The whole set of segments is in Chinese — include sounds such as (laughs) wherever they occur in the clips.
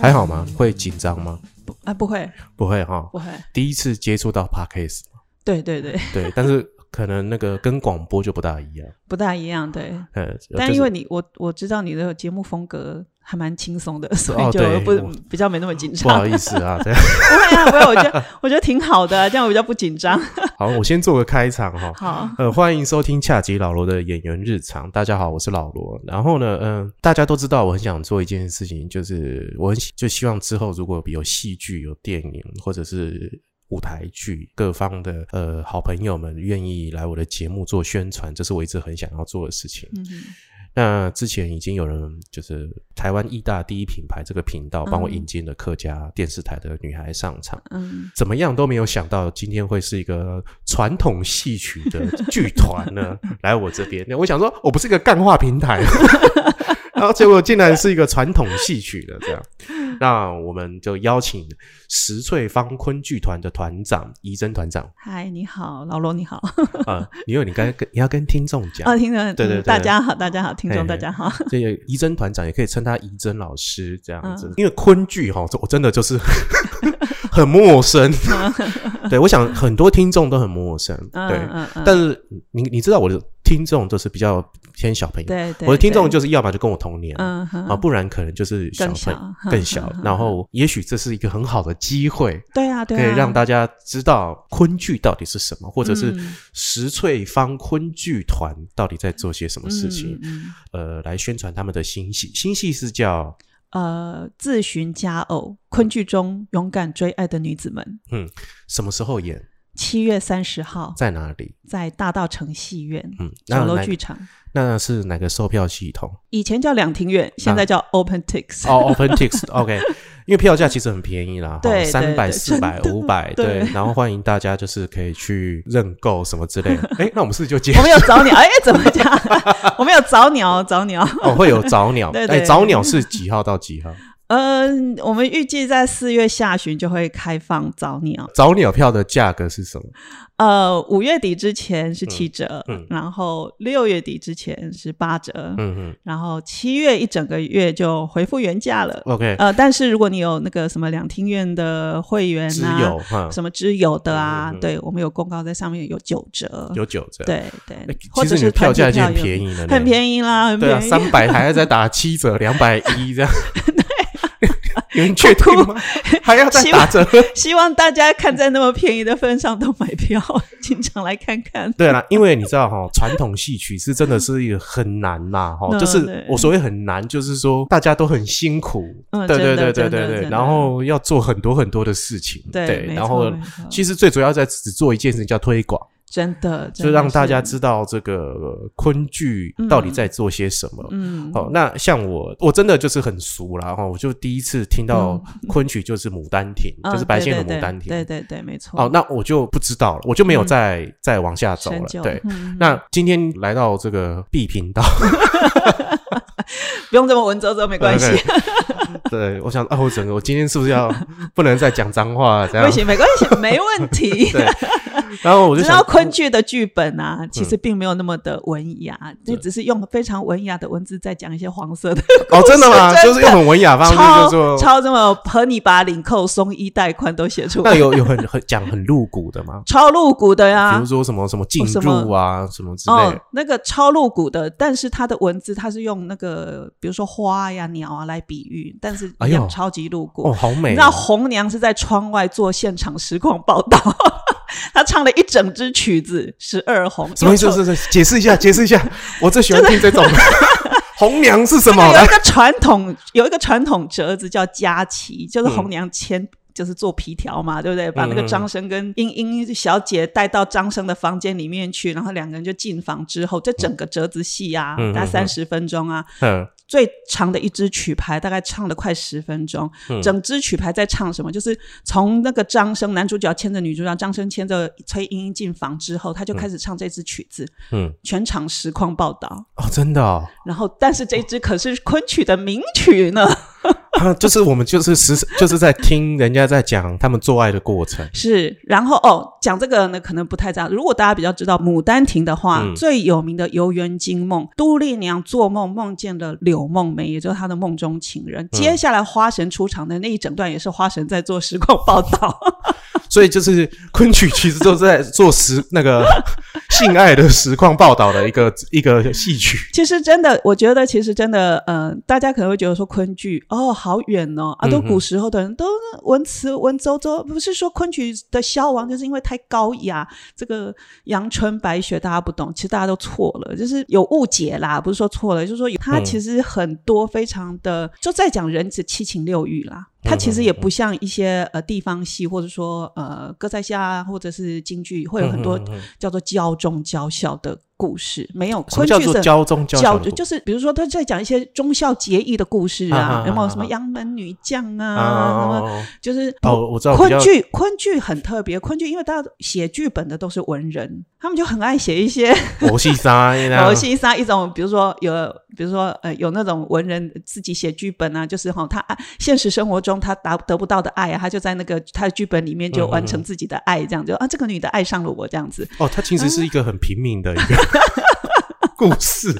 还好吗？会紧张吗？不啊，不会，不会哈。不会。第一次接触到 podcast，对对对， (laughs) 对，但是可能那个跟广播就不大一样。不大一样，对。呃，但就是因为你，我我知道你的节目风格还蛮轻松的，所哦以就对不、我比较没那么紧不好张。意思啊，这样 (laughs) (laughs) 不会啊，不会，我觉得我觉得挺好的，这样我比较不紧张。好，我先做个开场哈。好，呃，欢迎收听恰吉老罗的演员日常。大家好，我是老罗。然后呢，嗯、大家都知道我很想做一件事情，就是我很喜就希望之后如果有戏剧、有电影或者是舞台剧各方的呃好朋友们愿意来我的节目做宣传，这是我一直很想要做的事情。嗯哼，那之前已经有人就是台湾艺大第一品牌这个频道帮我引进了客家电视台的女孩上场。嗯，怎么样都没有想到，今天会是一个传统戏曲的剧团呢来我这边。我想说，我不是一个干话平台， (laughs) 然后结果竟然是一个传统戏曲的这样。那我们就邀请石翠芳昆剧团的团长怡珍团长嗨，你好，老罗，你好。啊、呃，因为你该跟你要跟听众讲 (laughs) 啊，，听众，对对对嗯大家好，大家好，听嘿众嘿大家好。 (laughs) 这个怡珍团长也可以称他怡珍老师这样子，嗯因为昆剧哈，我真的就是 (laughs) 很陌 (laughs) 生。对，我想很多听众都很陌生。嗯对，嗯嗯，但是你你知道我的听众都是比较偏小朋友，对对，我的听众对就是要么就跟我同年。嗯哼啊，不然可能就是小更朋友小更小，然后也许这是一个很好的机会，对啊，对可啊，以让大家知道昆剧到底是什么，或者是嗯石翠芳昆剧团到底在做些什么事情嗯，嗯呃，来宣传他们的新戏。新戏是叫嗯呃，自寻佳偶，昆剧中勇敢追爱的女子们，什么时候演，七月三十号在哪里？在大道城戏院嗯，那小楼哪剧场，那是哪个售票系统？以前叫两庭院，现在叫 OpenTix。哦，OpenTix，OK，因为 (laughs) 票价其实很便宜啦，对三百、对四百、五百，对对，然后欢迎大家就是可以去认购什么之 (laughs) 类的。哎，那我们是不是就接我们有早鸟， (laughs) 哎，怎么讲？我们有早鸟，早鸟。哦，会有早鸟， (laughs) 对哎，对早鸟是几号到几号？嗯，我们预计在四月下旬就会开放早鸟。早鸟票的价格是什么？呃，五月底之前是七折，嗯嗯然后六月底之前是八折，嗯嗯然后七月一整个月就回复原价了。 ，OK，呃，但是如果你有那个什么两厅院的会员只啊，有哈什么之友的啊，嗯嗯嗯对我们有公告在上面有九折，有九折，对对哎，，或其者实你的是票价已经团很体票也便宜了呢，很便宜啦， (laughs) 很对啊，便宜。三百还要再打七折，两百一 (laughs) 这样。对，你们确定吗？还要再希打望 (laughs) 折？希望大家看在那么便宜的份上都买票，经常来看看。对啦，因为你知道哈、传统戏曲是真的是一个很难呐、哈、嗯就是对我所谓很难，就是说大家都很辛苦，嗯对对对真对的真对的对，真的然后要做很多很多的事情，对，没然错后没错其实最主要在只做一件事情叫推广，真的，就真的让大家是，知道这个呃昆剧到底在做些什么。嗯，哦，那像我，我真的就是很俗啦哈、我就第一次听到昆曲就是《牡丹亭》 (laughs) 嗯就是白对先勇对的《牡对丹亭》对对对，没错。哦，那我就不知道了，我就没有再、再往下走深了。究对，嗯那今天来到这个 B 频道，不用这么文绉绉，没关系，对，我想啊，我整个我今天是不是要不能再讲脏话了？这样 (laughs) 不行，没关系，没问题。 (laughs) 对。然后我就知想嗯道，昆剧的剧本啊，其实并没有那么的文雅，就只是用非常文雅的文字在讲一些黄色的，哦，真的吗？真的就是用很文雅方式就超说，超这么和你把领扣松衣带宽都写出那来，有有很很讲很露骨的吗？超露骨的比呀如。说什么什么进啊什么入啊，什么之类哦的。，那个超露骨的，但是它的文字它是用那个，比如说花呀、鸟啊来比喻，但是哎一呦样超级露骨。哦，好美你知哦、道红娘是在窗外做现场实况报道， (laughs) 她唱了一整支曲子《十二红》，什么意思？用手是是解 (laughs) 释一下，解释一下。我最喜欢听这种 (laughs) 红娘是什 (laughs) 这个么有来一个传统，有一个传统折子叫佳旗，就是红娘牵。嗯就是做皮条嘛，对不对？把那个张生跟英英小姐带到张生的房间里面去，然后两个人就进房之后，这整个折子戏啊，嗯大概嗯嗯三十分钟啊，嗯，最长的一支曲牌大概唱了快十分钟，啊嗯整支曲牌在唱什么？就是从那个张生男主角牵着女主角，张生牵着崔莺莺进房之后，他就开始唱这支曲子，嗯，全场实况报道。哦，真的哦。然后，但是这支可是昆曲的名曲呢，啊，就是我们就是实就是在听人家在讲他们做爱的过 (laughs) 程。 (laughs) 是，然后哦，讲这个呢可能不太这样。如果大家比较知道《牡丹亭》的话，嗯最有名的《游园惊梦》，都丽娘做梦梦见了柳梦梅，也就是她的梦中情人。接下来花神出场的那一整段也是花神在做实况报道，所以就是昆曲其实都在做实那 (laughs) 个性爱的实况报道的一个一个戏曲。其实真的，我觉得其实真的，呃，大家可能会觉得说昆剧哦好远哦，啊，都嗯哼古时候的人都文词文绉绉，不是说昆曲的消亡就是因为太高雅，这个阳春白雪大家不懂，其实大家都错了，就是有误解啦，不是说错了，就是说有它嗯其实很多非常的就在讲人子七情六欲啦。它嗯其实也不像一些呃地方戏，或者说呃歌在下啊，或者是京剧，会有很多嗯嗯嗯嗯叫做教中教孝的故事。没有什么昆叫剧是做很教中教小教的故就是比如说他在讲一些忠孝节义的故事啊，啊啊啊有没有啊什么杨门女将啊，什么、啊？就是哦，我知道比昆较剧，昆剧很特别。昆剧因为大家写剧本的都是文人，他们就很爱写 (laughs) 一些佛系啥呀？某些上一种，比如说有，比如说呃，有那种文人自己写剧本啊，就是哈、他爱现实生活中他达得不到的爱啊，他就在那个他的剧本里面嗯就嗯完成自己的爱，这样就啊，这个女的爱上了我这样子，哦，它其实是一个很平民的一 (laughs) 个故事。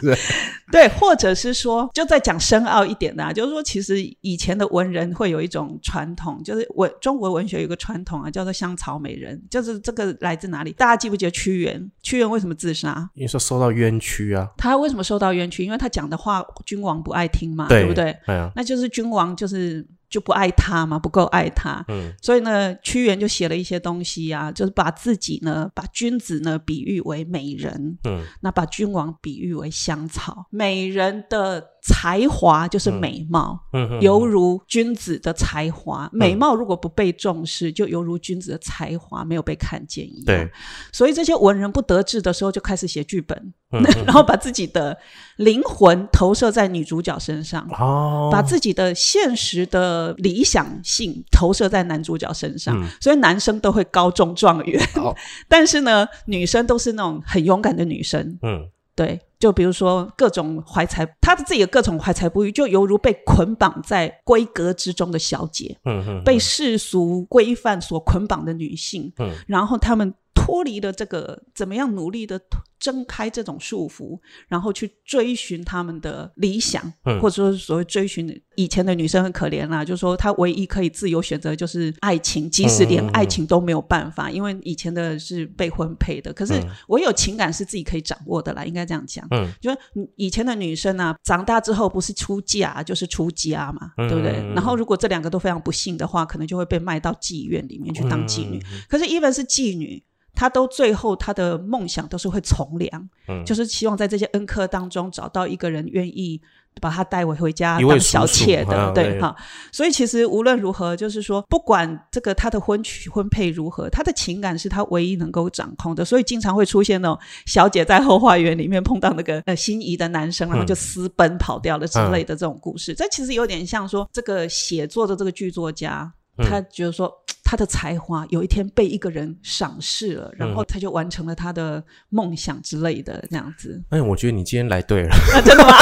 对，或者是说，就再讲深奥一点的、啊，就是说，其实以前的文人会有一种传统，就是文中国文学有一个传统啊，叫做香草美人，就是这个来自哪里？大家记不记得屈原？屈原为什么自杀？你说受到冤屈啊？他为什么受到冤屈？因为他讲的话君王不爱听嘛，对不对？？哎呀，那就是君王就是就不爱他嘛，不够爱他。嗯，所以呢，屈原就写了一些东西啊，就是把自己呢，把君子呢比喻为美人，嗯，那把君王比喻为香草，美人的才华就是美貌，嗯嗯，犹如君子的才华，美貌如果不被重视，就犹如君子的才华没有被看见一样。对，所以这些文人不得志的时候，就开始写剧本， (laughs) 嗯然后把自己的灵魂投射在女主角身上。哦，把自己的现实的理想性投射在男主角身上，嗯所以男生都会高中状元，哦 (laughs) 但是呢，女生都是那种很勇敢的女生，嗯对，就比如说各种怀才，她的自己的各种怀才不遇，就犹如被捆绑在规格之中的小姐，嗯嗯，被世俗规范所捆绑的女性，嗯然后她们脱离了这个，怎么样努力的挣开这种束缚，然后去追寻她们的理想，嗯或者说所谓追寻以前的女生很可怜啦，就是说她唯一可以自由选择就是爱情，即使连嗯嗯嗯爱情都没有办法，因为以前的是被婚配的，可是嗯我有情感是自己可以掌握的啦，应该这样讲。嗯就是以前的女生啊，长大之后不是出嫁就是出家嘛，嗯对不对嗯嗯？嗯然后如果这两个都非常不幸的话，可能就会被卖到妓院里面去当妓女。嗯可是，even 是妓女，她都最后她的梦想都是会从良，嗯就是希望在这些恩客当中找到一个人愿意把她带回回家一位当叔小叔妾啊的，对对哈。所以其实无论如何，就是说，不管这个她的婚娶婚配如何，她的情感是她唯一能够掌控的，所以经常会出现那种小姐在后花园里面碰到那个呃心仪的男生，然后嗯就私奔跑掉了之类的这种故事。这其实有点像说这个写作的这个剧作家，嗯他觉得说。嘖他的才华有一天被一个人赏嗯识了，然后他就完成了他的梦想之类的，这样子。哎，我觉得你今天来对了，啊、真的吗？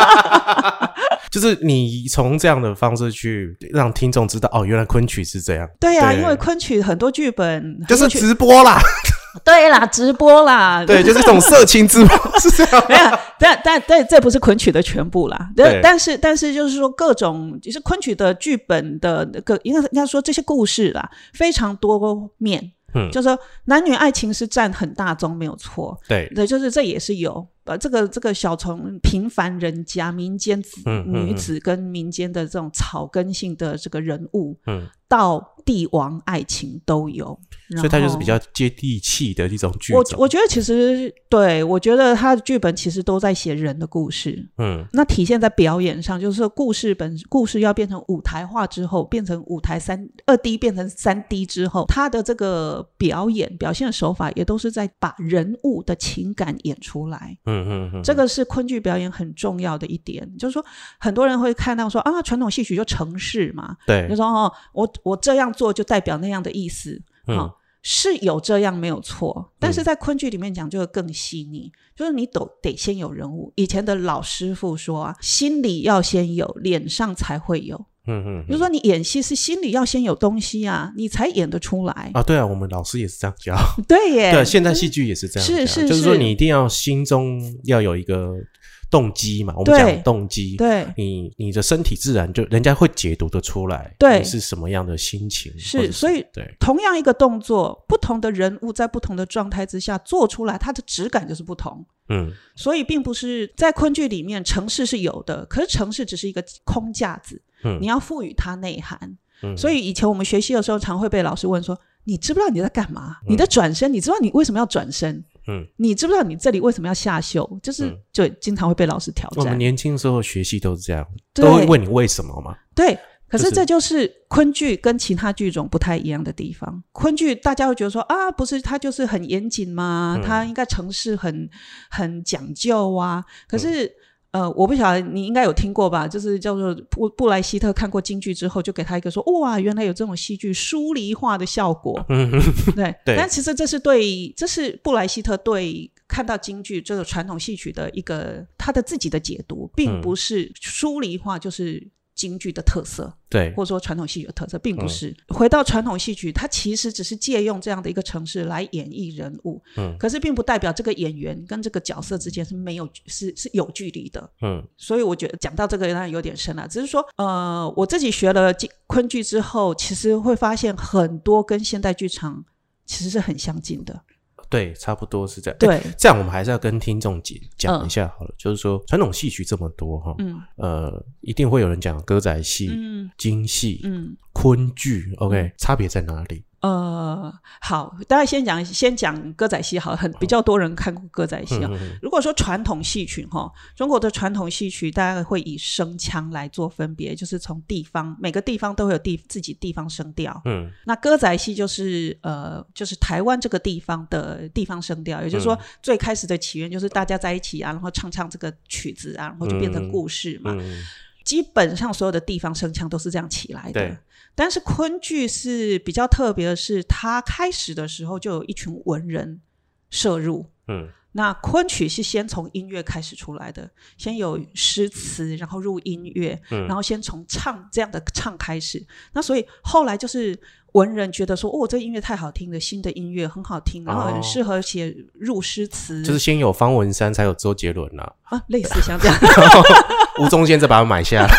(laughs) 就是你从这样的方式去让听众知道，哦，原来昆曲是这样，对呀、对因为昆曲很多剧本，就是很多剧直播 (laughs) 啦，对啦，直播啦，对，就是这种色情直播 (laughs) 是这样。 (laughs) 没有，但但但这不是昆曲的全部啦。但对但是但是就是说各种，就是昆曲的剧本的那个，应该应该说这些故事啦，非常多面。嗯就是说男女爱情是占很大宗，没有错。对，对，就是这也是有，呃，这个这个小从平凡人家、民间子、嗯嗯女嗯子跟民间的这种草根性的这个人物，嗯，到帝王爱情都有。所以它就是然后比较接地气的一种剧我种。我觉得其实对我觉得他的剧本其实都在写人的故事，嗯那体现在表演上，就是说故事本故事要变成舞台化之后，变成舞台三二 D 变成三 D 之后，他的这个表演表现手法也都是在把人物的情感演出来。嗯嗯嗯，这个是昆剧表演很重要的一点，就是说很多人会看到说啊，传统戏曲就程式嘛，对就，说哦，我我这样做就代表那样的意思，嗯好是有这样没有错，但是在昆剧里面讲就更细腻，就是你都得先有人物。以前的老师傅说啊，心里要先有，脸上才会有。嗯嗯就是说你演戏是心里要先有东西啊，你才演得出来。啊，对啊，我们老师也是这样教，对耶，对，现代戏剧也是这样是讲，是就是说是你一定要心中要有一个动机嘛，我们对讲动机，对你你的身体自然就人家会解读的出来，对你是什么样的心情，是或者所以对，同样一个动作，不同的人物在不同的状态之下做出来，它的质感就是不同。嗯，所以并不是在昆剧里面，城市是有的，可是城市只是一个空架子，嗯你要赋予它内涵。嗯所以以前我们学习的时候，常会被老师问说：“你知不知道你在干嘛？你的转身，你知道你为什么要转身？嗯，你知不知道你这里为什么要下袖？”就是、嗯就经常会被老师挑我们战。年轻时候学戏都是这样，都会对问你为什么嘛，对，可就是是这就是昆剧跟其他剧种不太一样的地方。昆剧大家会觉得说啊，不是它就是很严嗯谨嘛，它应该城市很很讲究啊。可嗯是、呃，我不晓得你应该有听过吧？就是叫做布布莱希特看过京剧之后，就给他一个说哇，原来有这种戏剧疏离化的效果。嗯，对，对但其实这是对，这是布莱希特对看到京剧这种传统戏曲的一个他的自己的解读，并嗯不是疏离化，就是京剧的特色，对，嗯或者说传统戏曲的特色，并不是。回到传统戏曲，它其实只是借用这样的一个城市来演绎人物，嗯可是并不代表这个演员跟这个角色之间是没有是是有距离的。嗯所以我觉得讲到这个当然有点深了，只是说，呃，我自己学了京昆剧之后，其实会发现很多跟现代剧场其实是很相近的。对，差不多是这样。对诶这样我们还是要跟听众解讲嗯一下好了，就是说传统戏曲这么多哈，嗯呃，一定会有人讲歌仔戏、嗯京戏、嗯，昆剧，OK，差别在哪里？呃，好，大家先讲先讲歌仔戏好了，很比较多人看过歌仔戏啊、嗯如果说传统戏曲哈，中国的传统戏曲大概会以声腔来做分别，就是从地方每个地方都会有地自己地方声调。嗯那歌仔戏就是呃，就是台湾这个地方的地方声调，也就嗯是说最开始的起源就是大家在一起啊，然后唱唱这个曲子啊，然后就变成故事嘛。嗯基本上所有的地方声腔都是这样起来对的。但是昆剧是比较特别的是，它开始的时候就有一群文人摄入。嗯那昆曲是先从音乐开始出来的，先有诗词，然后入音乐，嗯然后先从唱这样的唱开始。那所以后来就是文人觉得说，哦，这音乐太好听了，新的音乐很好听，然后哦很适合写入诗词，嗯，就是先有方文山，才有周杰伦啦、啊，类似像这样， (laughs) 吴宗宪再把它买下来，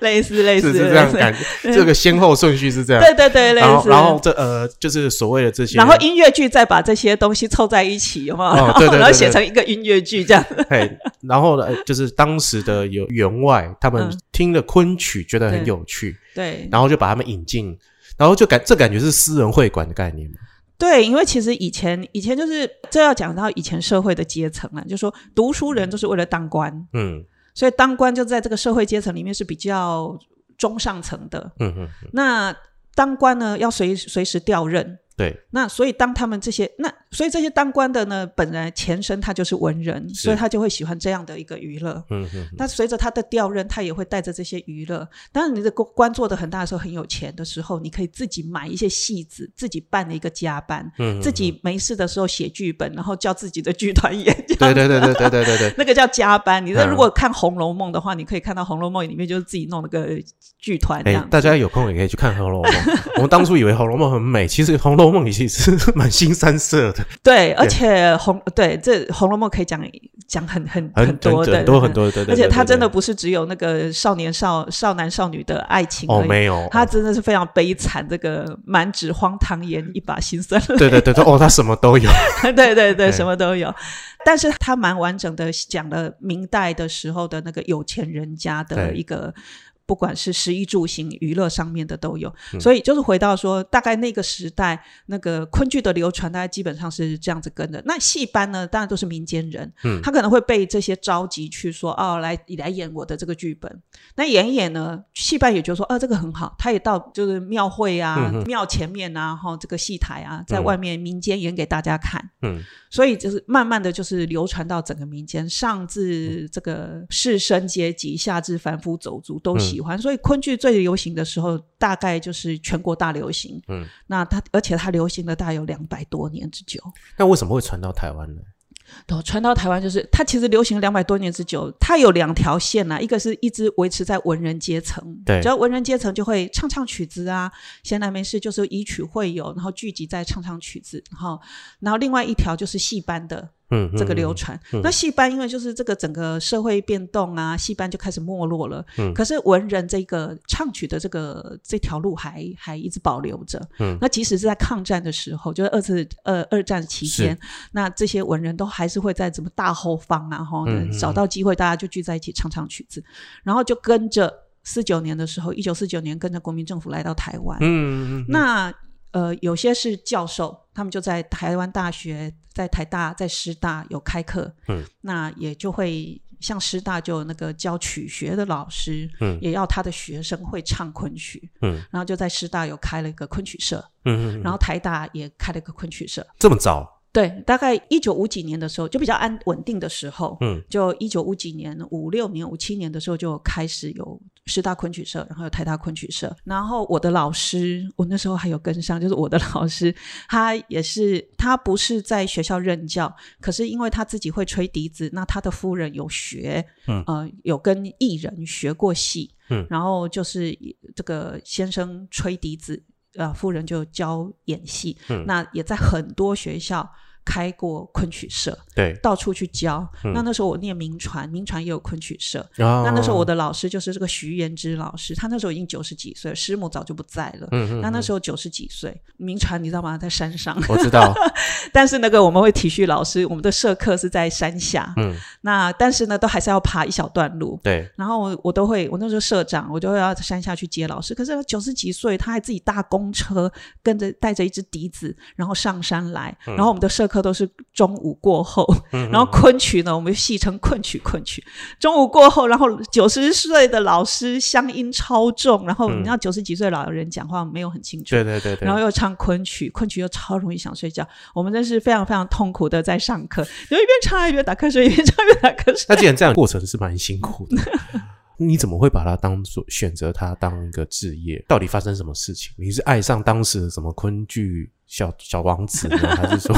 类似类似是是这样类似感觉，这个先后顺序是这样。对对对，类然后似。然后这呃，就是所谓的这些，然后音乐剧再把这些东西凑在一起，有没有？哦对对对 (laughs) 然后对写成一个音乐剧这 (laughs) 样。嘿，然后呢，就是当时的有员外，他们嗯听了昆曲觉得很对有趣，对然后就把他们引进，然后就感这感觉是私人会馆的概念嘛。对，因为其实以前以前就是这要讲到以前社会的阶层啊了，就说读书人就是为了当官，嗯所以当官就在这个社会阶层里面是比较中上层的。嗯嗯，那当官呢，要随随时调任。对，那所以当他们这些那所以这些当官的呢，本来前身他就是文人，所以他就会喜欢这样的一个娱乐。嗯嗯那随着他的调任，他也会带着这些娱乐。当然，你的公官做的很大的时候，很有钱的时候，你可以自己买一些戏子，自己办了一个加班，嗯，自己没事的时候写剧本，然后叫自己的剧团演。 (laughs) 对嗯对对对对对对对，哎那个叫加班。你这嗯如果看《红楼梦》的话，你可以看到《红楼梦》里面就是自己弄了个剧团这哎、样。大家有空也可以去看《红楼梦》。 (laughs) 我们当初以为《红楼梦》很美，其实《红楼梦》也其实是 (laughs) 蛮新三色的，对，而且红对这《红楼梦》可以讲讲很很很多的很多很。多的，对而且它真。的对对对不是只有那个少年少少男少女的爱情哦，而已，没有，他真的是非常悲惨，这个满纸荒唐言，一把辛酸泪。对对对对，哦，他什么都有， (laughs) 对对对对，什么都有。但是他蛮完整的讲了明代的时候的那个有钱人家的对一个。不管是食衣住行、娱乐上面的都有，嗯所以就是回到说，大概那个时代，那个昆剧的流传，大概基本上是这样子跟的。那戏班呢，当然都是民间人，嗯他可能会被这些召集去说，哦，来你来演我的这个剧本。那演一演呢，戏班也觉得说，哦，这个很好，他也到就是庙会啊、嗯庙前面啊，哈，这个戏台啊，在嗯外面民间演给大家看。嗯，所以就是慢慢的就是流传嗯嗯到整个民间，上至这个士绅阶级，下至凡夫走卒都喜喜欢，所以昆剧最流行的时候，大概就是全国大流行。嗯，那它而且它流行了大概有两百多年之久。那为什么会传到台湾呢？对，传到台湾就是它其实流行两百多年之久，它有两条线啊呐、一个是一直维持在文人阶层，对只要文人阶层就会唱唱曲子啊，闲来没事就是以曲会友，然后聚集在唱唱曲子，然后然后另外一条就是戏班的嗯，这个嗯流传。那戏班因为就是这个整个社会变动啊，戏班就开始没落了。嗯可是文人这个唱曲的这个这条路还还一直保留着。嗯那即使是在抗战的时候，就是二次呃二战期间，那这些文人都还是会在什么大后方啊，哈、嗯嗯嗯找到机会大家就聚在一起唱唱曲子，然后就跟着四九年的时候，一九四九年跟着国民政府来到台湾。嗯嗯嗯，那呃，有些是教授，他们就在台湾大学、在台大、在师大有开课，嗯，那也就会像师大就有那个教曲学的老师，嗯也要他的学生会唱昆曲，嗯然后就在师大有开了一个昆曲社，嗯嗯，然后台大也开了一个昆曲社，这么早，对，大概一九五几年的时候，就比较安稳定的时候，嗯就一九五几年、五六年、五七年的时候就开始有师大昆曲社，然后有台大昆曲社。然后我的老师，我那时候还有跟上，就是我的老师，他也是他不是在学校任教，可是因为他自己会吹笛子，那他的夫人有学，嗯呃，有跟艺人学过戏，嗯然后就是这个先生吹笛子，呃，夫人就教演戏，嗯那也在很多学校开过昆曲社，对，到处去教。嗯哦那那时候我念民传，民传也有昆曲社。那那那时候我的老师就是这个徐延之老师，他那时候已经九十几岁了，师母早就不在了。嗯嗯，那那时候九十几岁，民传你知道吗？在山上， (laughs) 我知道，但是那个我们会体恤老师，我们的社课是在山下。嗯，那但是呢，都还是要爬一小段路。对，然后我我都会，我那时候社长，我就会要山下去接老师。可是他九十几岁，他还自己搭公车，跟着带着一支笛子，然后上山来。然后我们的社课都是中午过后，嗯然后昆曲呢，我们就戏称昆曲昆曲。中午过后，然后九十岁的老师乡音超重，然后嗯你知道九十几岁老人讲话没有很清楚，对对对对，然后又唱昆曲，昆曲又超容易想睡觉。我们真是非常非常痛苦的在上课，就一边唱一边打瞌睡，一边唱一边打瞌睡。那既然这样，过程是蛮辛苦的。 (laughs) 你怎么会把它当做选择它当一个职业？到底发生什么事情？你是爱上当时的什么昆剧小小王子呢，还是说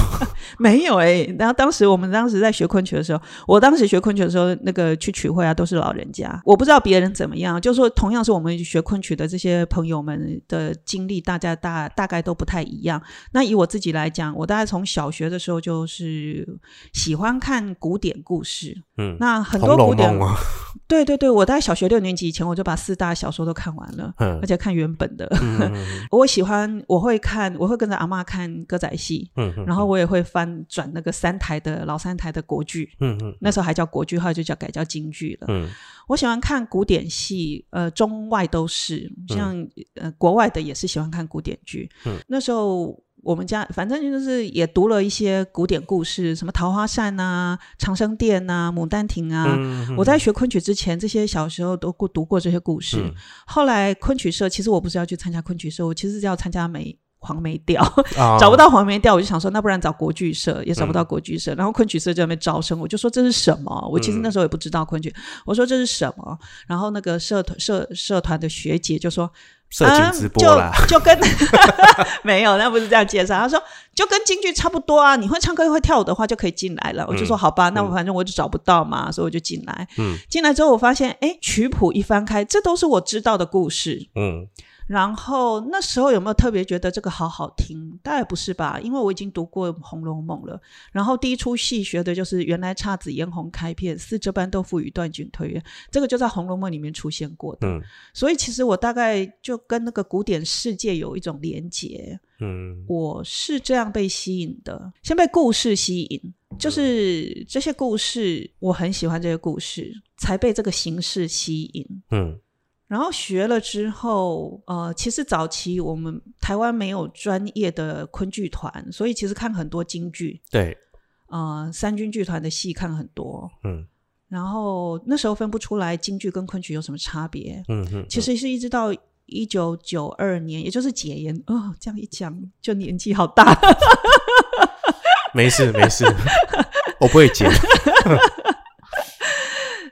没有哎、然后当时我们当时在学昆曲的时候，我当时学昆曲的时候，那个去曲会啊，都是老人家。我不知道别人怎么样，就说同样是我们学昆曲的这些朋友们的经历，大家大大概都不太一样。那以我自己来讲，我大概从小学的时候就是喜欢看古典故事，嗯，那 (laughs) 很《多红古楼典梦》，啊？对对对，我大概小学六年级以前，我就把四大小说都看完了。嗯而且看原本的，嗯嗯 (laughs) 我喜欢，我会看，我会跟着阿嬷看歌仔戏，嗯嗯然后我也会翻转那个三台的老三台的国剧，嗯嗯那时候还叫国剧，后来就叫改叫京剧了。嗯我喜欢看古典戏，呃，中外都是，像、呃国外的也是喜欢看古典剧。嗯那时候我们家反正就是也读了一些古典故事，什么桃花扇啊、长生殿啊、牡丹亭啊。嗯，我在学昆曲之前，这些小时候都过读过这些故事。嗯后来昆曲社，其实我不是要去参加昆曲社，我其实是要参加梅黄梅调。啊嗯找不到黄梅调，我就想说，那不然找国剧社，也找不到国剧社，然后昆曲社就在那边招生，我就说这是什么？我嗯其实那时候也不知道昆曲，我说这是什么？然后那个社团社社团的学姐就说，社嗯群直播啦，就就跟 (laughs) 没有，那不是这样介绍。他说就跟京剧差不多啊，你会唱歌会跳舞的话就可以进来了。我就说好吧，那我反正我就找不到嘛，所以我就进来。嗯，进来之后我发现，哎，曲谱一翻开，这都是我知道的故事。嗯然后那时候有没有特别觉得这个好好听？大概不是吧，因为我已经读过《红楼梦》了。然后第一出戏学的就是“原来姹紫嫣红开遍，似这般豆腐与断井颓垣”，这个就在《红楼梦》里面出现过的。嗯所以其实我大概就跟那个古典世界有一种连结，嗯我是这样被吸引的，先被故事吸引，就是这些故事，我很喜欢这些故事，才被这个形式吸引。嗯然后学了之后，呃，其实早期我们台湾没有专业的昆剧团，所以其实看很多京剧，对，呃，三军剧团的戏看很多。嗯然后那时候分不出来京剧跟昆曲有什么差别，嗯嗯，其实是一直到一九九二年，也就是解严哦，这样一讲就年纪好大， (laughs) (laughs) 没事没事，我不会剪，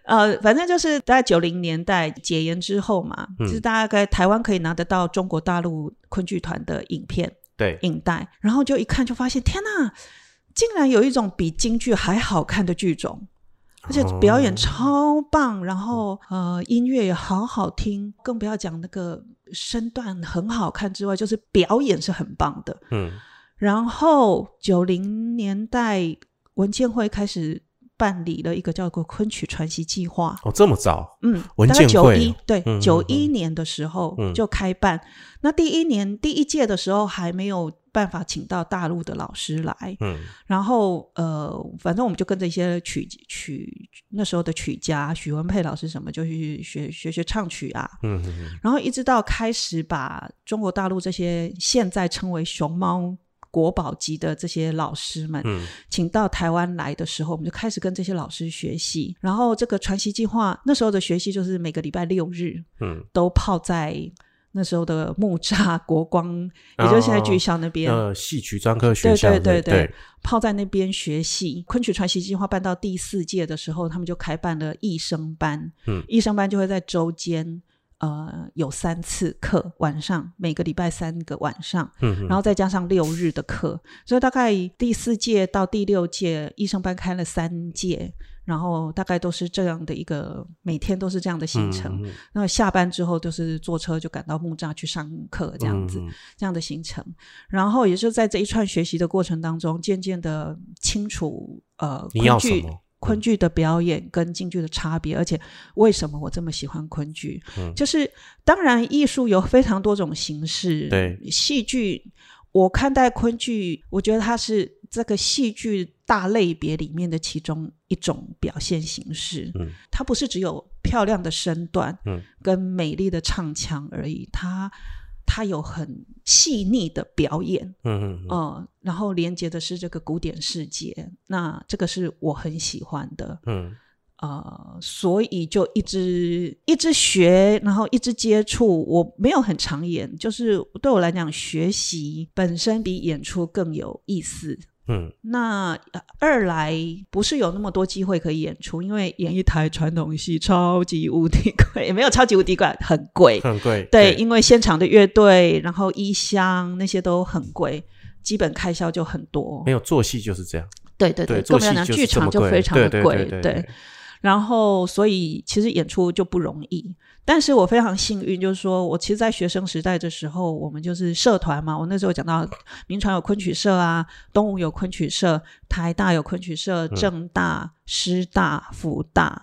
呃，反正就是在九零年代解严之后嘛，就是大概台湾可以拿得到中国大陆昆剧团的影片对，影带，然后就一看就发现，天呐，竟然有一种比京剧还好看的剧种。而且表演超棒，然后呃音乐也好好听，更不要讲那个身段很好看之外，就是表演是很棒的。嗯然后九零年代文建会开始办理了一个叫做昆曲传习计划，哦，这么早，嗯，文大概建九会一哦对嗯嗯九一年的时候嗯就开办。那第一年第一届的时候还没有办法请到大陆的老师来，嗯然后呃，反正我们就跟着一些曲曲那时候的曲家许文佩老师什么，就去学学学唱曲啊。嗯嗯然后一直到开始把中国大陆这些现在称为熊猫国宝级的这些老师们，嗯请到台湾来的时候，我们就开始跟这些老师学习。然后这个传习计划那时候的学习就是每个礼拜六日嗯都泡在那时候的木栅国光，也就是现在巨校那边。嗯，呃，戏曲专科学校，对对对对对泡在那边学戏。昆曲传习计划办到第四届的时候，他们就开办了艺生班，嗯艺生班就会在周间。呃，有三次课，晚上每个礼拜三个晚上，嗯嗯然后再加上六日的课，所以大概第四届到第六届医生班开了三届，然后大概都是这样的一个每天都是这样的行程。嗯那下班之后就是坐车就赶到木栅去上课这样子。嗯嗯这样的行程，然后也就在这一串学习的过程当中，渐渐的清楚呃，你要昆什剧么？嗯昆剧的表演跟京剧的差别，而且为什么我这么喜欢昆剧？嗯就是当然艺术有非常多种形式，对戏剧，我看待昆剧，我觉得它是这个戏剧大类别里面的其中一种表现形式。嗯，它不是只有漂亮的身段，嗯，跟美丽的唱腔而已，它它有很细腻的表演，嗯嗯嗯嗯、然后连接的是这个古典世界，那这个是我很喜欢的，嗯。呃，所以就一直一直学，然后一直接触。我没有很常演，就是对我来讲，学习本身比演出更有意思。嗯那呃二来不是有那么多机会可以演出，因为演一台传统戏超级无敌贵，也没有超级无敌贵，很贵。嗯很贵，对，因为现场的乐队，然后衣箱那些都很贵，基本开销就很多没。有做戏就是这样，对对对，更做不要戏讲就剧是这场么就贵，非常的贵，对对对，然后，所以其实演出就不容易，但是我非常幸运，就是说我其实，在学生时代的时候，我们就是社团嘛。我那时候讲到，民传有昆曲社啊，东吴有昆曲社，台大有昆曲社，政大、师大、福大，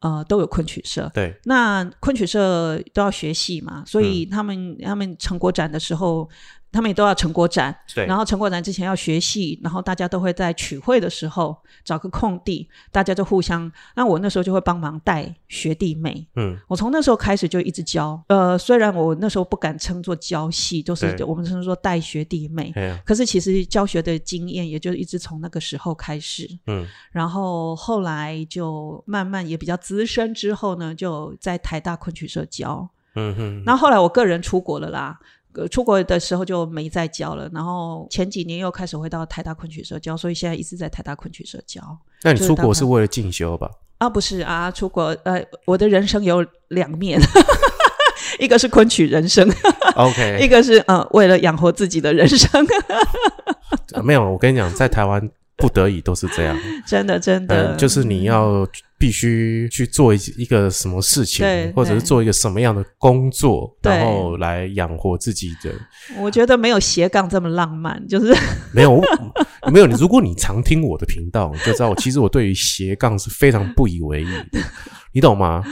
呃，都有昆曲社。对，那昆曲社都要学戏嘛，所以他们、他们成果展的时候，他们也都要成果展，对然后成果展之前要学戏，然后大家都会在曲会的时候找个空地，大家就互相。那我那时候就会帮忙带学弟妹，嗯我从那时候开始就一直教。呃，虽然我那时候不敢称作教戏，就是对我们称作带学弟妹，哎呀，可是其实教学的经验也就一直从那个时候开始。嗯然后后来就慢慢也比较资深之后呢，就在台大昆曲社教。嗯嗯，那后来我个人出国了啦。呃出国的时候就没再教了，然后前几年又开始回到台大昆曲社教，所以现在一直在台大昆曲社教那你就是出大国概是为了进修 (laughs) 吧？啊，不是啊，出国呃，我的人生有两面， (laughs) 一个是昆曲人生，一 OK，个是呃为了养活自己的人生， (laughs) 没有，我跟你讲，在台湾不得已都是这样，真的真的、嗯，就是你要必须去做一一个什么事情对，或者是对做一个什么样的工作，对然后来养活自己的。我觉得没有斜杠这么浪漫，就是没有， (laughs) 我没有。你如果你常听我的频道，你就知道我其实我对于斜杠是非常不以为意的，你懂吗？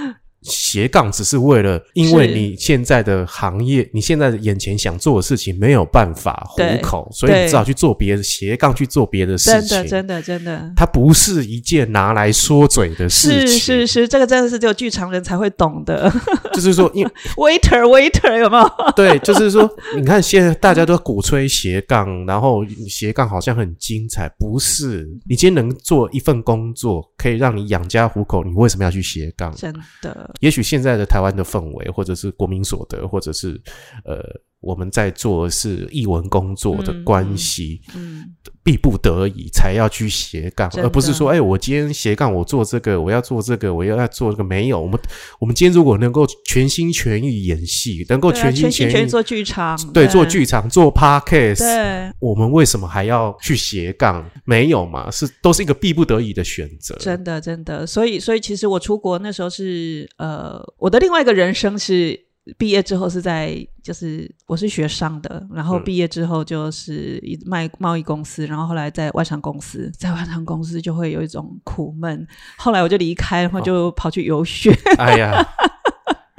斜杠只是为了，因为是你现在的行业，你现在眼前想做的事情没有办法糊对口，所以你对只好去做别的斜杠，去做别的事真的情。真的真的，它不是一件拿来说嘴的事是情，是是，这个真的是只有剧场人才会懂的。 (laughs) 就是说，因 waiter waiter 有没 (laughs) 有？ (laughs) 对，就是说，你看现在大家都鼓吹斜杠，然后斜杠好像很精彩，不是？你今天能做一份工作，可以让你养家糊口，你为什么要去斜杠？真的，也许现在的台湾的氛围，或者是国民所得，或者是呃我们在做的是译文工作的嗯关系，嗯，必不得已才要去斜杠，真的而不是说，哎、我今天斜杠，我做这个，我要做这个，我要要做这个。没有，我们我们今天如果能够全心全意演戏，能够对啊全全心心全全意意做剧场，对做，剧场、做 podcast，对，我们为什么还要去斜杠？没有嘛，是都是一个必不得已的选择。真的真的，所以所以其实我出国那时候是呃，我的另外一个人生是毕业之后是在就是我是学商的，然后嗯毕业之后就是一卖贸易公司，然后后来在外商公司，在外商公司就会有一种苦闷，后来我就离开，哦然后就跑去游学， (laughs) 哎呀，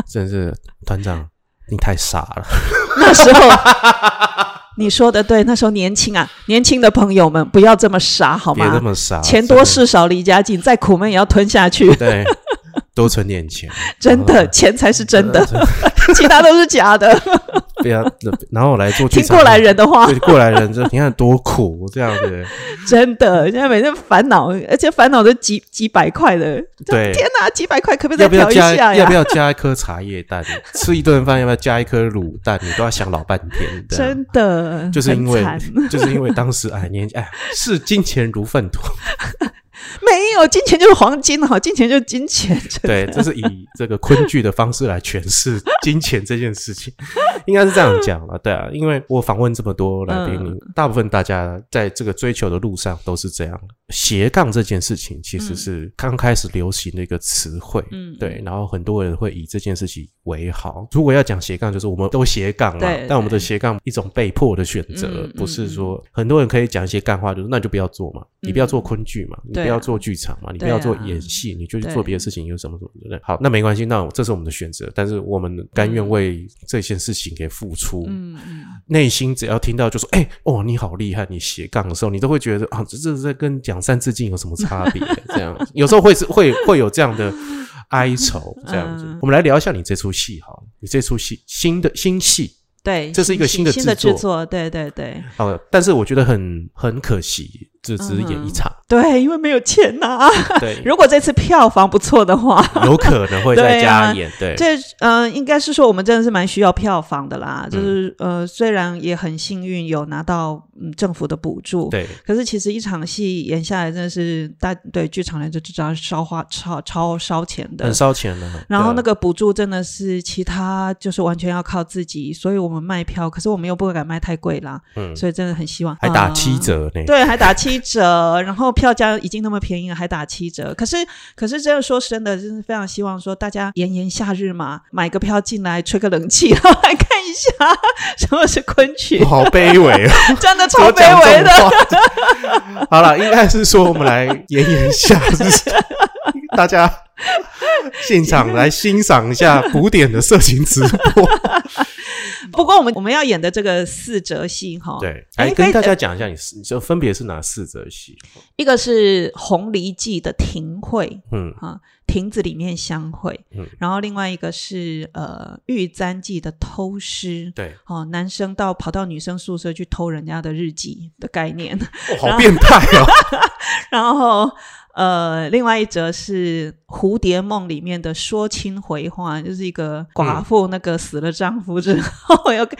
真是团长，你太傻了。那时候。你说的对，那时候年轻啊，年轻的朋友们不要这么傻好别吗这？么傻，钱真多的。事少离家近，再苦闷也要吞下去，对，多存点钱，真哦的，钱才是真的， (laughs) 其他都是假 (laughs) 的。不要。然后我来做剧听场过来人的话，对过来人，这你看多苦这样子。真的，现在每天烦恼，而且烦恼都几几百块的。对，天哪，几百块可不可以再要不要调一加下呀？要不要加一颗茶叶蛋？吃一顿饭要不要加一颗卤蛋？你都要想老半天啊的。真的，就是因为很惨就是因为当时哎年哎视金钱如粪土，没有金钱就是黄金哈，金钱就是金钱。真的 (laughs) (laughs) 对，这是以这个昆剧的方式来诠释金钱这件事情，应该是这样讲了，对啊，因为我访问这么多来宾，嗯大部分大家在这个追求的路上都是这样。斜杠这件事情其实是刚开始流行的一个词汇，嗯对，然后很多人会以这件事情为豪。如果要讲斜杠，就是我们都斜杠嘛对，但我们的斜杠一种被迫的选择嗯，不是嗯说很多人可以讲一些干话，就是那你就不要做嘛，你不要做昆剧嘛，你不嗯对要啊做剧场嘛，你不对要做啊演戏，你就去对做别的事情，有什么什么的。对好，那没关系，那我这是我们的选择，但是我们甘愿为这件事情给付出。嗯嗯，内心只要听到就说：“哎、哦，你好厉害！”你斜杠的时候，你都会觉得啊，这这这跟讲三字经有什么差别？ (laughs) 这样有时候会是会会有这样的哀愁，这样子。嗯我们来聊一下你这出戏哈，你这出戏新的新戏对，这是一个新新的新的制作制作，对对对哦，但是我觉得很很可惜，就只演一场，对，因为没有钱呐。 (laughs) 对，如果这次票房不错的话，有可能会在对家啊演，对，这嗯、呃应该是说我们真的是蛮需要票房的嗯啦。就是、呃，虽然也很幸运有拿到嗯政府的补助，对，可是其实一场戏演下来，真的是大对剧场人就知道是烧花超超烧钱的很。烧钱呢。然对后啊那个补助真的是其他就是完全要靠自己，所以我们卖票，可是我们又不敢卖太贵啦，嗯所以真的很希望还打呃七折呢。对，还打七折，然后票价已经那么便宜了，还打七折。可是，可是真的说真的，真是非常希望说大家炎炎夏日嘛，买个票进来吹个冷气，然后来看一下什么是昆曲我， (laughs) 好卑微 (laughs) 啊，真的怎么超讲卑微这的。种话。 (laughs) 好了，应该是说我们来演演一下， (laughs) 就是大家现场来欣赏一下古典的色情直播。不过我们我们要演的这个四折戏哈， (laughs) 对， (laughs) 哎来跟非大家讲一下，你是就分别是哪四则戏？一个是《红梨记》的庭会嗯，啊，亭子里面相会，嗯然后另外一个是呃《玉簪记》的偷诗。对，哦，男生到跑到女生宿舍去偷人家的日记的概念， (laughs) 哦、好变态哦。然后呃，另外一则是《蝴蝶梦》里面的说亲回话，就是一个嗯寡妇那个死了丈夫之后 (laughs) 要跟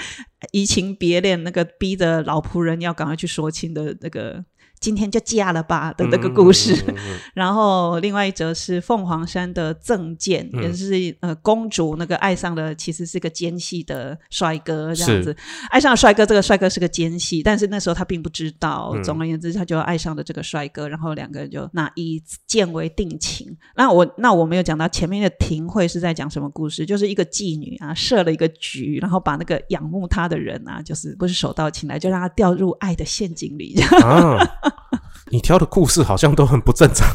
移情别恋，那个逼着老仆人要赶快去说亲的那个。今天就嫁了吧的那个故事， (laughs) 嗯嗯嗯嗯然后另外一则是凤凰山的赠剑，嗯也是呃公主那个爱上了其实是个奸细的帅哥这样子，爱上了帅哥，这个帅哥是个奸细，但是那时候他并不知道。嗯总而言之，他就爱上了这个帅哥，然后两个人就那以剑为定情。那我那我没有讲到前面的庭会是在讲什么故事，就是一个妓女啊设了一个局，然后把那个仰慕她的人啊，就是不是手到擒来，就让他掉入爱的陷阱里， (laughs) 嗯啊。你挑的故事好像都很不正常，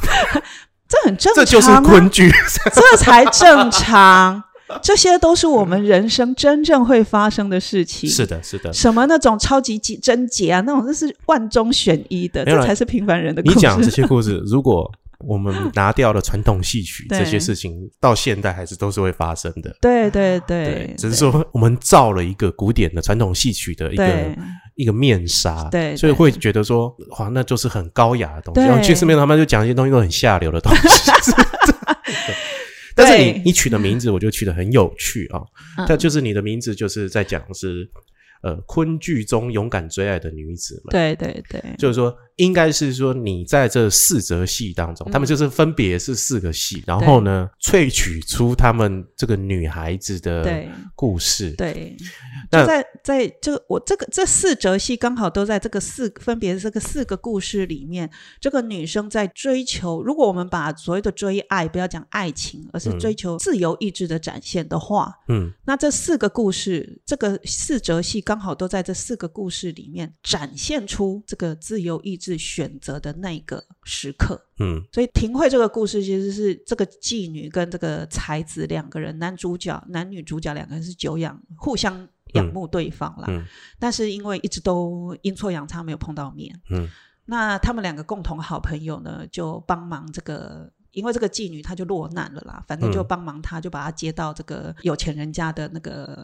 这很正常、这啊，就是昆剧。 (laughs) 这才正常。这些都是我们人生真正会发生的事情。是的，是的。什么那种超级几贞洁啊，那种那是万中选一的，没有这啦才是平凡人的故 (laughs) 你事。 (laughs) 讲这些故事，如果我们拿掉了传统戏曲，对这些事情到现代还是都是会发生的。对对对对，，只是说我们造了一个古典的传统戏曲的一个对一个面纱，对对所以会觉得说，哇，那就是很高雅的东西。对然后去身边他们就讲一些东西都很下流的东西。 (laughs) (laughs) 对但是你对你取的名字，我就取得很有趣啊、嗯它就是你的名字，就是在讲是呃昆剧中勇敢追爱的女子们。对对对，就是说，应该是说你在这四则戏当中，他嗯们就是分别是四个戏，然后呢，萃取出他们这个女孩子的对故事。对，那就在在这个我这个这四则戏刚好都在这个四分别这个四个故事里面，这个女生在追求，如果我们把所谓的追爱不要讲爱情，而是追求自由意志的展现的话，嗯，那这四个故事，这个四则戏刚好都在这四个故事里面展现出这个自由意志选择的那个时刻。嗯所以庭慧这个故事其实是这个妓女跟这个才子两个人，男主角、男女主角两个人是久仰，互相仰慕对方啦。嗯但是因为一直都阴错阳差没有碰到面，嗯，那他们两个共同好朋友呢，就帮忙这个。因为这个妓女她就落难了啦，反正就嗯帮忙她，就把她接到这个有钱人家的那个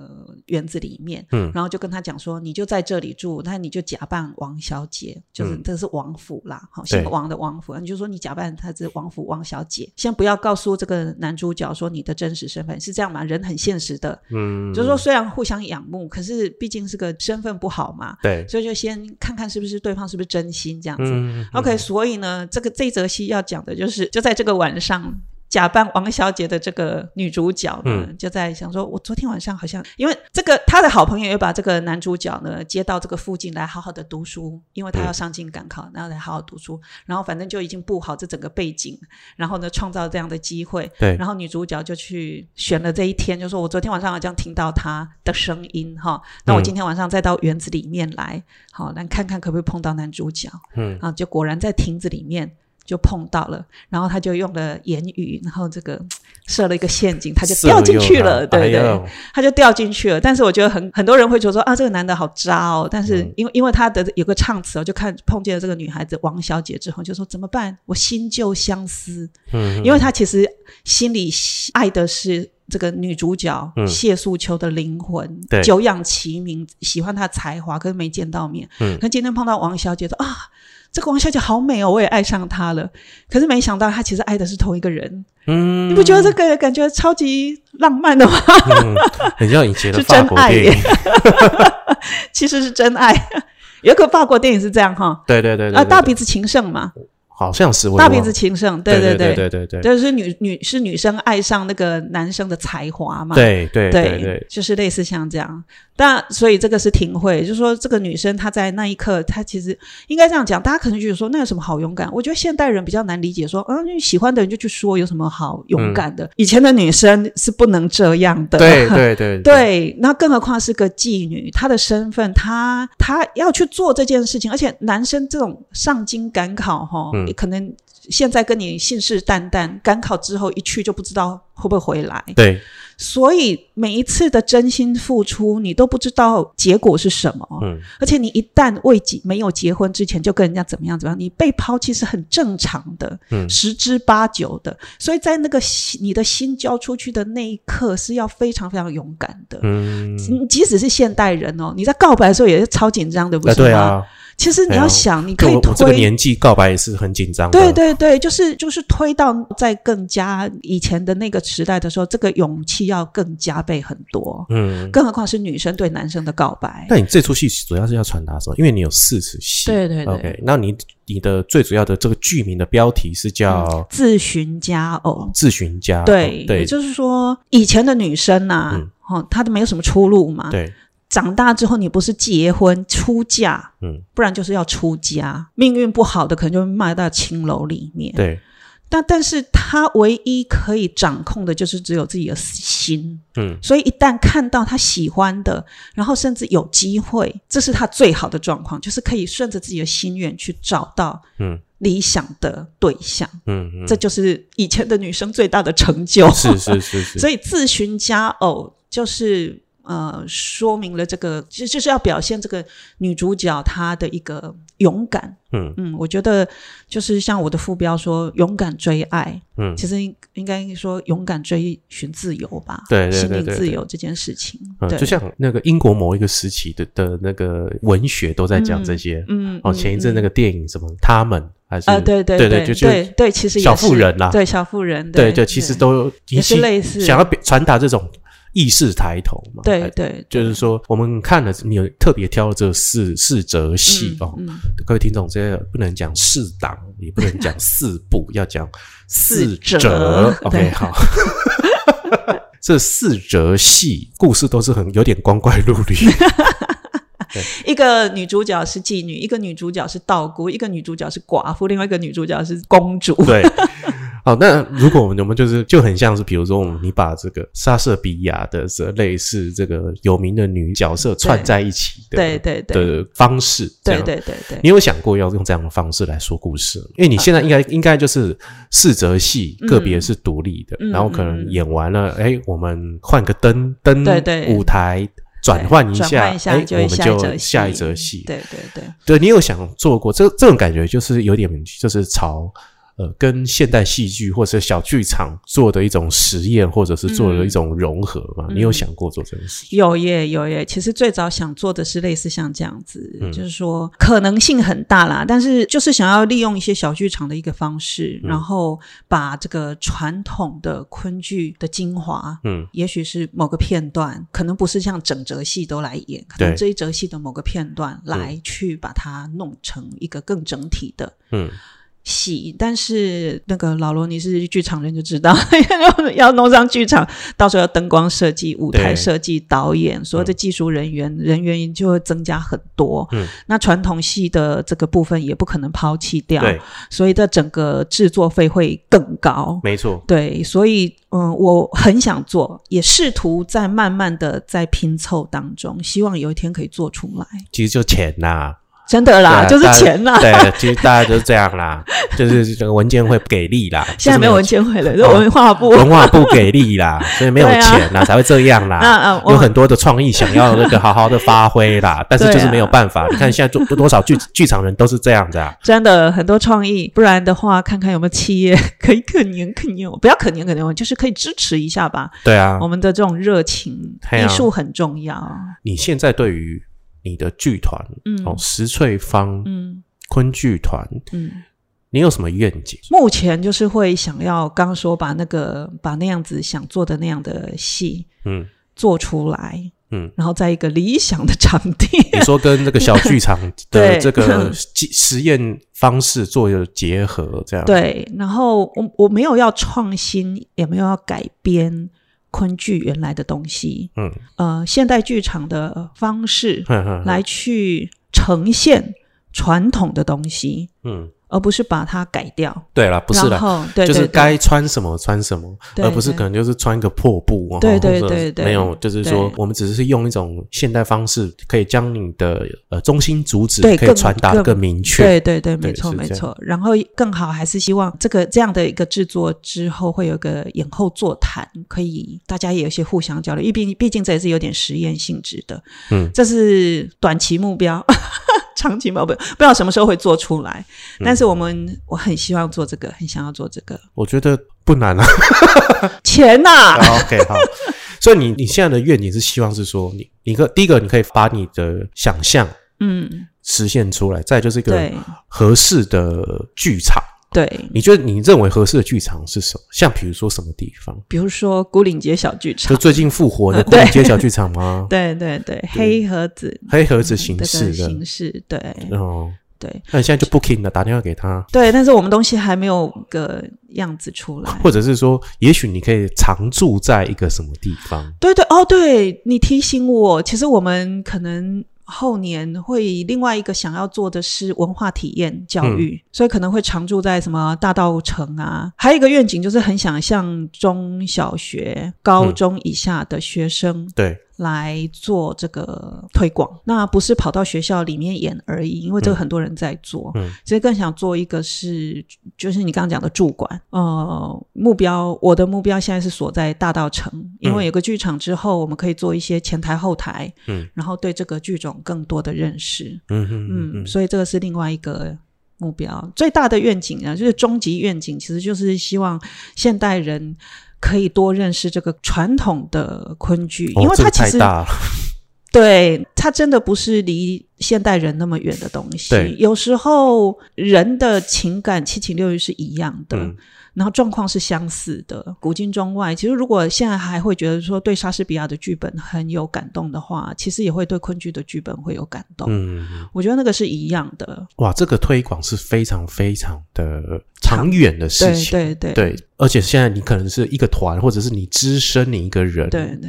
园子里面，嗯然后就跟她讲说，你就在这里住，那你就假扮王小姐，就是嗯这是王府啦，好、对姓王的王府，你就说你假扮她是王府王小姐，先不要告诉这个男主角说你的真实身份是这样嘛，人很现实的，嗯，就是说虽然互相仰慕，可是毕竟是个身份不好嘛，对，所以就先看看是不是对方是不是真心这样子。嗯 OK，所以呢，这个这一则戏要讲的就是，就在这个晚上，假扮王小姐的这个女主角呢，嗯就在想说，我昨天晚上好像因为这个她的好朋友又把这个男主角呢接到这个附近来好好的读书，嗯因为他要上京赶考，然后来好好读书，然后反正就已经布好这整个背景，然后呢创造这样的机会，对然后女主角就去选了这一天，就说我昨天晚上好像听到她的声音哈，那我嗯今天晚上再到园子里面来，好，来看看可不可以碰到男主角。嗯啊，就果然在亭子里面就碰到了，然后他就用了言语，然后这个设了一个陷阱，他就掉进去了，对哎不对？他就掉进去了。但是我觉得很很多人会觉得说啊，这个男的好渣哦。但是嗯因为、因为他的有个唱词哦，就看碰见了这个女孩子王小姐之后，就说怎么办？我心旧相思，嗯，因为他其实心里爱的是。这个女主角、嗯谢素秋的灵魂，对久仰其名，喜欢她的才华，可是没见到面。嗯可今天碰到王小姐说啊，这个王小姐好美哦，我也爱上她了。可是没想到她其实爱的是同一个人，嗯，你不觉得这个感觉超级浪漫的吗？嗯很像以前的 (laughs) 是法真国爱电耶影？其实是真爱。 (laughs) 有一个法国电影是这样哈，对对对对啊，对大鼻子情圣嘛，好像是我也大鼻忘子了情圣，对对对对，对对对就是女女是女生爱上那个男生的才华嘛，对对对对对，就是类似像这样。但所以这个是庭慧，就是说这个女生她在那一刻，她其实应该这样讲，大家可能觉得说那有什么好勇敢？我觉得现代人比较难理解说，嗯，你喜欢的人就去说有什么好勇敢的？以前的女生是不能这样的。嗯对对对对，那更何况是个妓女，她的身份，她她要去做这件事情，而且男生这种上京赶考哈，嗯可能现在跟你信誓旦旦，赶考之后一去就不知道会不会回来。对，所以每一次的真心付出，你都不知道结果是什么，嗯而且你一旦未结没有结婚之前就跟人家怎么样怎么样，你被抛弃是很正常的，嗯十之八九的。所以在那个心你的心交出去的那一刻，是要非常非常勇敢的。嗯，你即使是现代人哦，你在告白的时候也是超紧张的，不啊是吗？对啊，其实你对要啊想，你可对以我我这个推年纪告白也是很紧张的，对对对，就是就是推到在更加以前的那个时代的时候，这个勇气要更加倍很多。嗯。更何况是女生对男生的告白。那你这出戏主要是要传达什么？因为你有四次戏，对对对 OK，那你你的最主要的这个剧名的标题是叫自寻佳偶，《自寻家》。嗯哦对，也对就是说以前的女生呐、嗯哦，她都没有什么出路嘛。对，长大之后，你不是结婚出嫁，嗯，不然就是要出家。命运不好的，可能就会卖到青楼里面。对，但但是她唯一可以掌控的，就是只有自己的心。嗯所以一旦看到她喜欢的，然后甚至有机会，这是她最好的状况，就是可以顺着自己的心愿去找到嗯理想的对象。嗯嗯，这就是以前的女生最大的成就。是是是是，所以自寻佳偶就是呃，说明了这个，就就是要表现这个女主角她的一个勇敢。嗯嗯，我觉得就是像我的副标说，勇敢追爱，嗯其实应应该说勇敢追寻自由吧，对对对心对灵对自由这件事情，嗯，对，就像那个英国某一个时期的的那个文学都在讲这些。嗯，哦，嗯前一阵嗯那个电影什么，他们还是啊，对对对对就对就对，其实也小妇是人啦对小妇人，对对，其实都也是其类似想要表传达这种意识抬头嘛。对对，哎就是说，我们看了你有特别挑了这四四则戏哦，嗯各位听众，这个不能讲四档，也不能讲四部，要讲四折。折 OK，对好。 (laughs) 这四折戏故事都是很有点光怪陆离， (laughs) 一个女主角是妓女，一个女主角是道姑，一个女主角是寡妇，另外一个女主角是公主。对。好，那如果我们我们就是就很像是，比如说我们你把这个莎士比亚的这类似这个有名的女角色串在一起的，对对对的方式，这对样对对对你有想过要用这样的方式来说故事吗？因为你现在嗯应该、应该就是四则戏，个别是独立的，嗯然后可能演完了，哎、我们换个灯灯对对舞台。转换一转下换一，下哎，就我会们下一就则戏下一则戏。对对对，对，你有想做过这这种感觉，就是有点就是朝呃跟现代戏剧或者小剧场做的一种实验，或者是做嗯的一种融合嘛？你有想过做这件事？有耶有耶。其实最早想做的是类似像这样子，嗯就是说可能性很大啦，但是就是想要利用一些小剧场的一个方式，嗯然后把这个传统的昆剧的精华。嗯也许是某个片段，可能不是像整则戏都来演，可对嗯能这一则戏的某个片段来去把它弄成一个更整体的嗯，戏，但是那个老罗你是剧场人就知道， (laughs) 要要弄上剧场，到时候要灯光设计、舞台对设计、导演，所有的技术人员、人员就会增加很多。嗯，那传统戏的这个部分也不可能抛弃掉，对，所以的整个制作费会更高。没错，对，所以嗯，我很想做，也试图在慢慢的在拼凑当中，希望有一天可以做出来。其实就钱呐、真的啦，对就啊是钱 (laughs) 啦。大家对，其实大家就是这样 (laughs) 啦，就是这个文件会不给力啦，现在没有文就是监会了，就文化部没哦有文化部给力啦，所以没有 (laughs) 对啊钱啦，才会这样 (laughs) 那啦。啊，我有很多的创意想要那个好好的发挥 (laughs) 啦，但是就是没有办啊法。你看现在多多少剧剧场人都是这样子 (laughs) 啊，真的很多创意，不然的话，看看有没有企业可以可年可年，不要可年可年，就是可以支持一下吧。对啊我。们的这种热情，嘿啊艺术很重要。你现在对于你的剧团嗯哦，石翠坊嗯昆剧团，嗯，你有什么愿景？目前就是会想要，刚刚说把那个把那样子想做的那样的戏 (laughs) 嗯，做出来，嗯，啊然后在一个理想的场 (laughs) 地，你说跟这个小剧场的 (laughs) 对这个实实验方式做一个结合，这样对。然后我我没有要创新，也没有要改编昆剧原来的东西，嗯，呃，现代剧场的方式，哼哼哼来去呈现传统的东西，嗯，而不是把它改掉。 (laughs) 对啦，不是然啦，后对就是对对该穿什么穿什么，对而不是对可能就是穿个破布哦，对对或者对对没有，就是说对我们只是用一种现代方式，可以将你的呃中心主旨对可以更传达得更明确。对对对，对没错是这没样错。然后更好还是希望这个这样的一个制作之后，会有一个演后座谈，可以大家也有一些互相交流，因为毕毕竟这也是有点实验性质的。嗯这是短期目标。 (laughs) 长期目标不不知道什么时候会做出来，嗯但是我们、我很希望做这个，很想要做这个我觉得不 (laughs) 难啊。哦钱呐、 OK，好。所以你你现在的愿景是希望是说你你可第一个你可以把你的想象嗯，实现出来，再就是一个对合适的剧场。对，你觉得你认为合适的剧场是什么？像比如说什么地方？比如说古岭街小剧就场，最近复活的呃古岭 (laughs) 对街小剧场吗？ (laughs) 对对对，黑盒子黑盒子形这式个的形式，对哦。对那你现在就 booking 了，打电话给他，对，但是我们东西还没有个样子出来。或者是说，也许你可以常住在一个什么地方，对对哦，对你提醒我，其实我们可能后年会另外一个想要做的是文化体验教嗯育，所以可能会常驻在什么大道城啊。还有一个愿景就是很想向中小学、高嗯中以下的学生对，来做这个推广，那不是跑到学校里面演而已，因为这个很多人在做，嗯所以更想做一个是，就是你刚刚讲的驻馆，呃，目标我的目标现在是锁在大道城，嗯因为有个剧场之后，我们可以做一些前台后台，嗯，然后对这个剧种更多的认识，嗯哼嗯嗯，嗯，所以这个是另外一个目标。最大的愿景啊，就是终极愿景，其实就是希望现代人可以多认识这个传统的昆剧，因哦为这它个其太实、大了，对它真的不是离现代人那么远的东西对。有时候人的情感七情六欲是一样的。嗯然后状况是相似的，古今中外。其实如果现在还会觉得说对莎士比亚的剧本很有感动的话，其实也会对昆剧的剧本会有感动。嗯，我觉得那个是一样的，哇，这个推广是非常非常的长远的事对情，对对对而且现在你可能是一个团，或者是你只身你一个人，对对，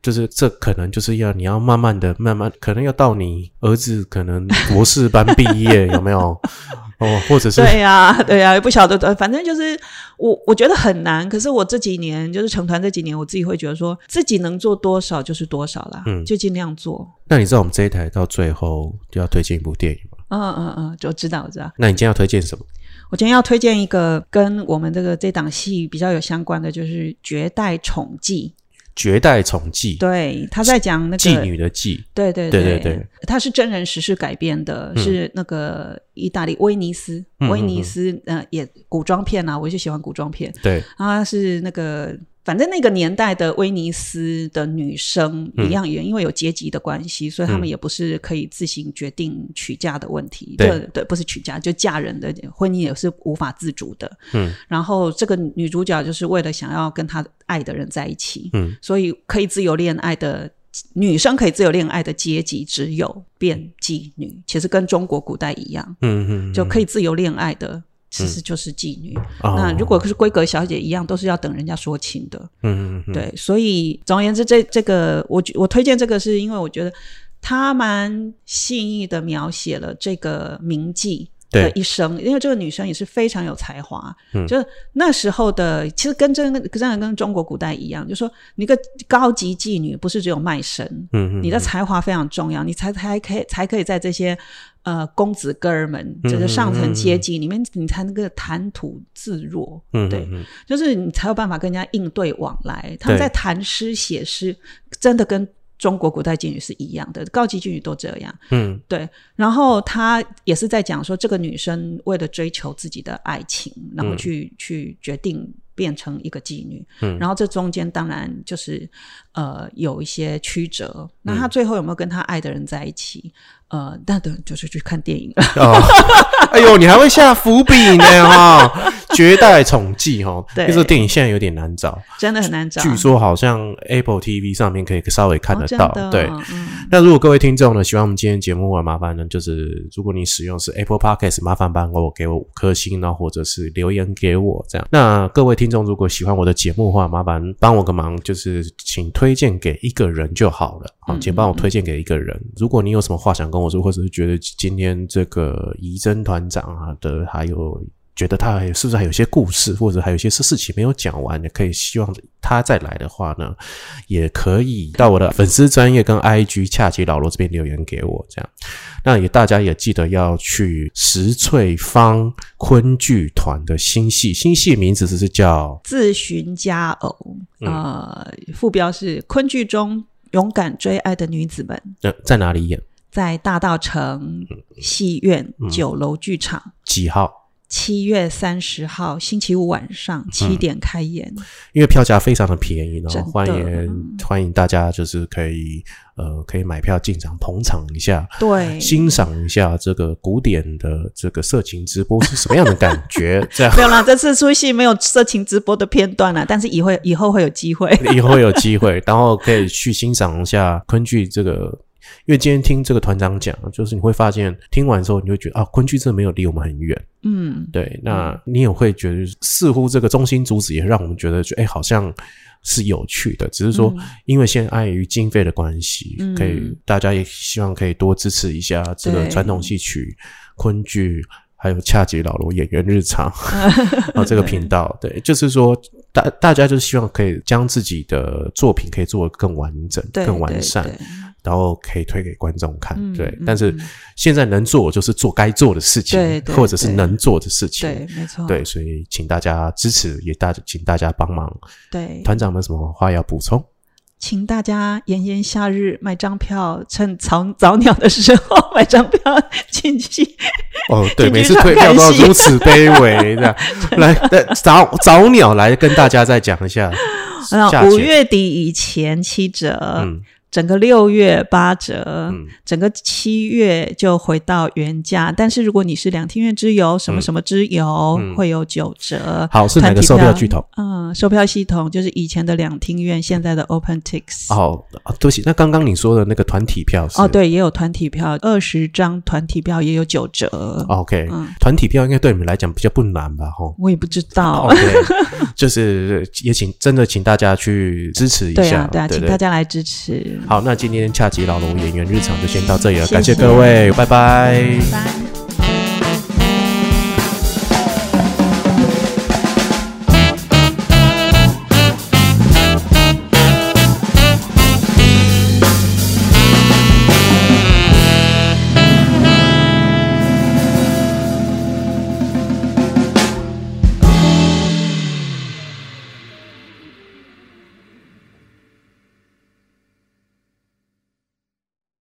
就是这可能就是要你要慢慢的、慢慢，可能要到你儿子可能博士班毕 (laughs) 业有没有？哦，或者是对呀、对呀、也不晓得，呃反正就是我我觉得很难。可是我这几年就是成团这几年，我自己会觉得说自己能做多少就是多少啦，嗯就尽量做。那你知道我们这一台到最后就要推荐一部电影吗？嗯嗯嗯，我知道我知道。那你今天要推荐什么？我今天要推荐一个跟我们这个这档戏比较有相关的，就是《绝代宠妓《绝代宠妓》》。对，他在讲那个妓女的妓，对对对对对对，它是真人实事改编的，是那个意大利威尼斯，嗯威尼斯呃也古装片啊，我就喜欢古装片，对，啊是那个。反正那个年代的威尼斯的女生嗯一样也因为有阶级的关系，所以她们也不是可以自行决定娶嫁的问题。对对，不是娶嫁，就嫁人的婚姻也是无法自主的。嗯，然后这个女主角就是为了想要跟她爱的人在一起，嗯，所以可以自由恋爱的女生可以自由恋爱的阶级只有变妓女，其实跟中国古代一样，嗯嗯，嗯就可以自由恋爱的其实就是妓女。哦那如果是闺阁小姐一样，都是要等人家说情的。嗯嗯嗯，对，所以总而言之，这这个我觉我推荐这个，是因为我觉得他蛮细腻的描写了这个名妓。的对嗯一生，因为这个女生也是非常有才华，就是那时候的，其实跟真真的跟中国古代一样，就说你一个高级妓女不是只有卖身，嗯嗯，你的才华非常重要，你才才可以才可以在这些呃公子哥儿嗯们，就是上层阶级里面，你才能够谈吐自若，嗯对，嗯就是你才有办法跟人家应对往来。他们在谈诗写诗，真的跟中国古代妓女是一样的，高级妓女都这样。嗯对，然后他也是在讲说，这个女生为了追求自己的爱情，然后去、去决定变成一个妓女，嗯然后这中间当然就是呃有一些曲折。嗯那她最后有没有跟她爱的人在一起？呃，那等就是去看电影了。 (laughs) 哦， (laughs) 哎呦，你还会下伏笔呢哈，《绝代宠妓》哈，因对为这个电影现在有点难找，真的很难找。据说好像 Apple TV 上面可以稍微看哦得真到，的对。哦嗯那如果各位听众呢喜欢我们今天的节目啊，麻烦呢就是如果你使用是 Apple Podcast，麻烦帮我给我五颗星呢，或者是留言给我这样。那各位听众如果喜欢我的节目的话，麻烦帮我个忙，就是请推荐给一个人就好了，好，请帮我推荐给一个人。如果你有什么话想跟我说，或者是觉得今天这个仪珍团长啊的还有。觉得他还是不是还有些故事，或者还有一些事事情没有讲完，也可以希望他再来的话呢，也可以到我的粉丝专业跟 IG 恰吉老罗这边留言给我，这样。那也大家也记得要去石翠坊昆剧团的新戏，新戏名字只是叫自寻佳偶，嗯呃，副标是昆剧中勇敢追爱的女子们。呃在哪里演在大道城嗯戏院九楼剧场，几号，七、月三十号星期五晚嗯上七点 (laughs) 开演。因为票价非常的便宜，然后真的欢迎嗯欢迎大家就是可以呃可以买票进场捧场一下，对，欣赏一下这个古典的这个色情直播是什么样的感觉，这样。没有啦，这次出戏没有色情直播的片段啦，但是以后以后会有机会。 (laughs) 以后有机会，然后可以去欣赏一下昆剧这个。因为今天听这个团长讲，就是你会发现，听完之后你会觉得啊，昆剧真的没有离我们很远。 (laughs) 嗯，对，那你也会觉得，似乎这个中心主旨也让我们觉得，就哎，好像是有趣的。只是说，因为现在碍于经费的关系，嗯可以大家也希望可以多支持一下这个对传统戏曲、昆剧，还有恰吉老罗演员日常。啊，这个频道，对，就是说大大家就是希望可以将自己的作品可以做得更完整、 (laughs) 对，更完善对，对然后可以推给观众看，嗯对。嗯但是现在能做就是做该做的事情，对对或者是对能做的事情，对，没错，对所以请大家支持，也大请大家帮忙。对，团长有没有什么话要补充？请大家炎炎夏日买张票，趁早早鸟的时候买张票 (laughs) 进去。哦，对，进每剧次场退票看都要戏如此卑微， (laughs) 这样来，来早早鸟来跟大家再讲一下那价啊五钱。月底以前七折，嗯，整个六月八折，嗯整个七月就回到原价。但是如果你是两天月之游，什么什么之游，嗯会有九折。好是哪团个体售票票巨头？嗯，售票系统就是以前的两厅院，现在的 OpenTix。哦，啊对不起，那刚刚你说的那个团体票是哦，对，也有团体票，二十张团体票也有九折。 ，OK，嗯，团体票应该对你们来讲比较不难吧？吼。我也不知道。 OK，就是也请真的请大家去支持一对下啊，，对啊，对请不大对？家来支持。好，那今天恰吉老罗演员日常就先到这里了，谢谢感谢各位，拜拜拜拜。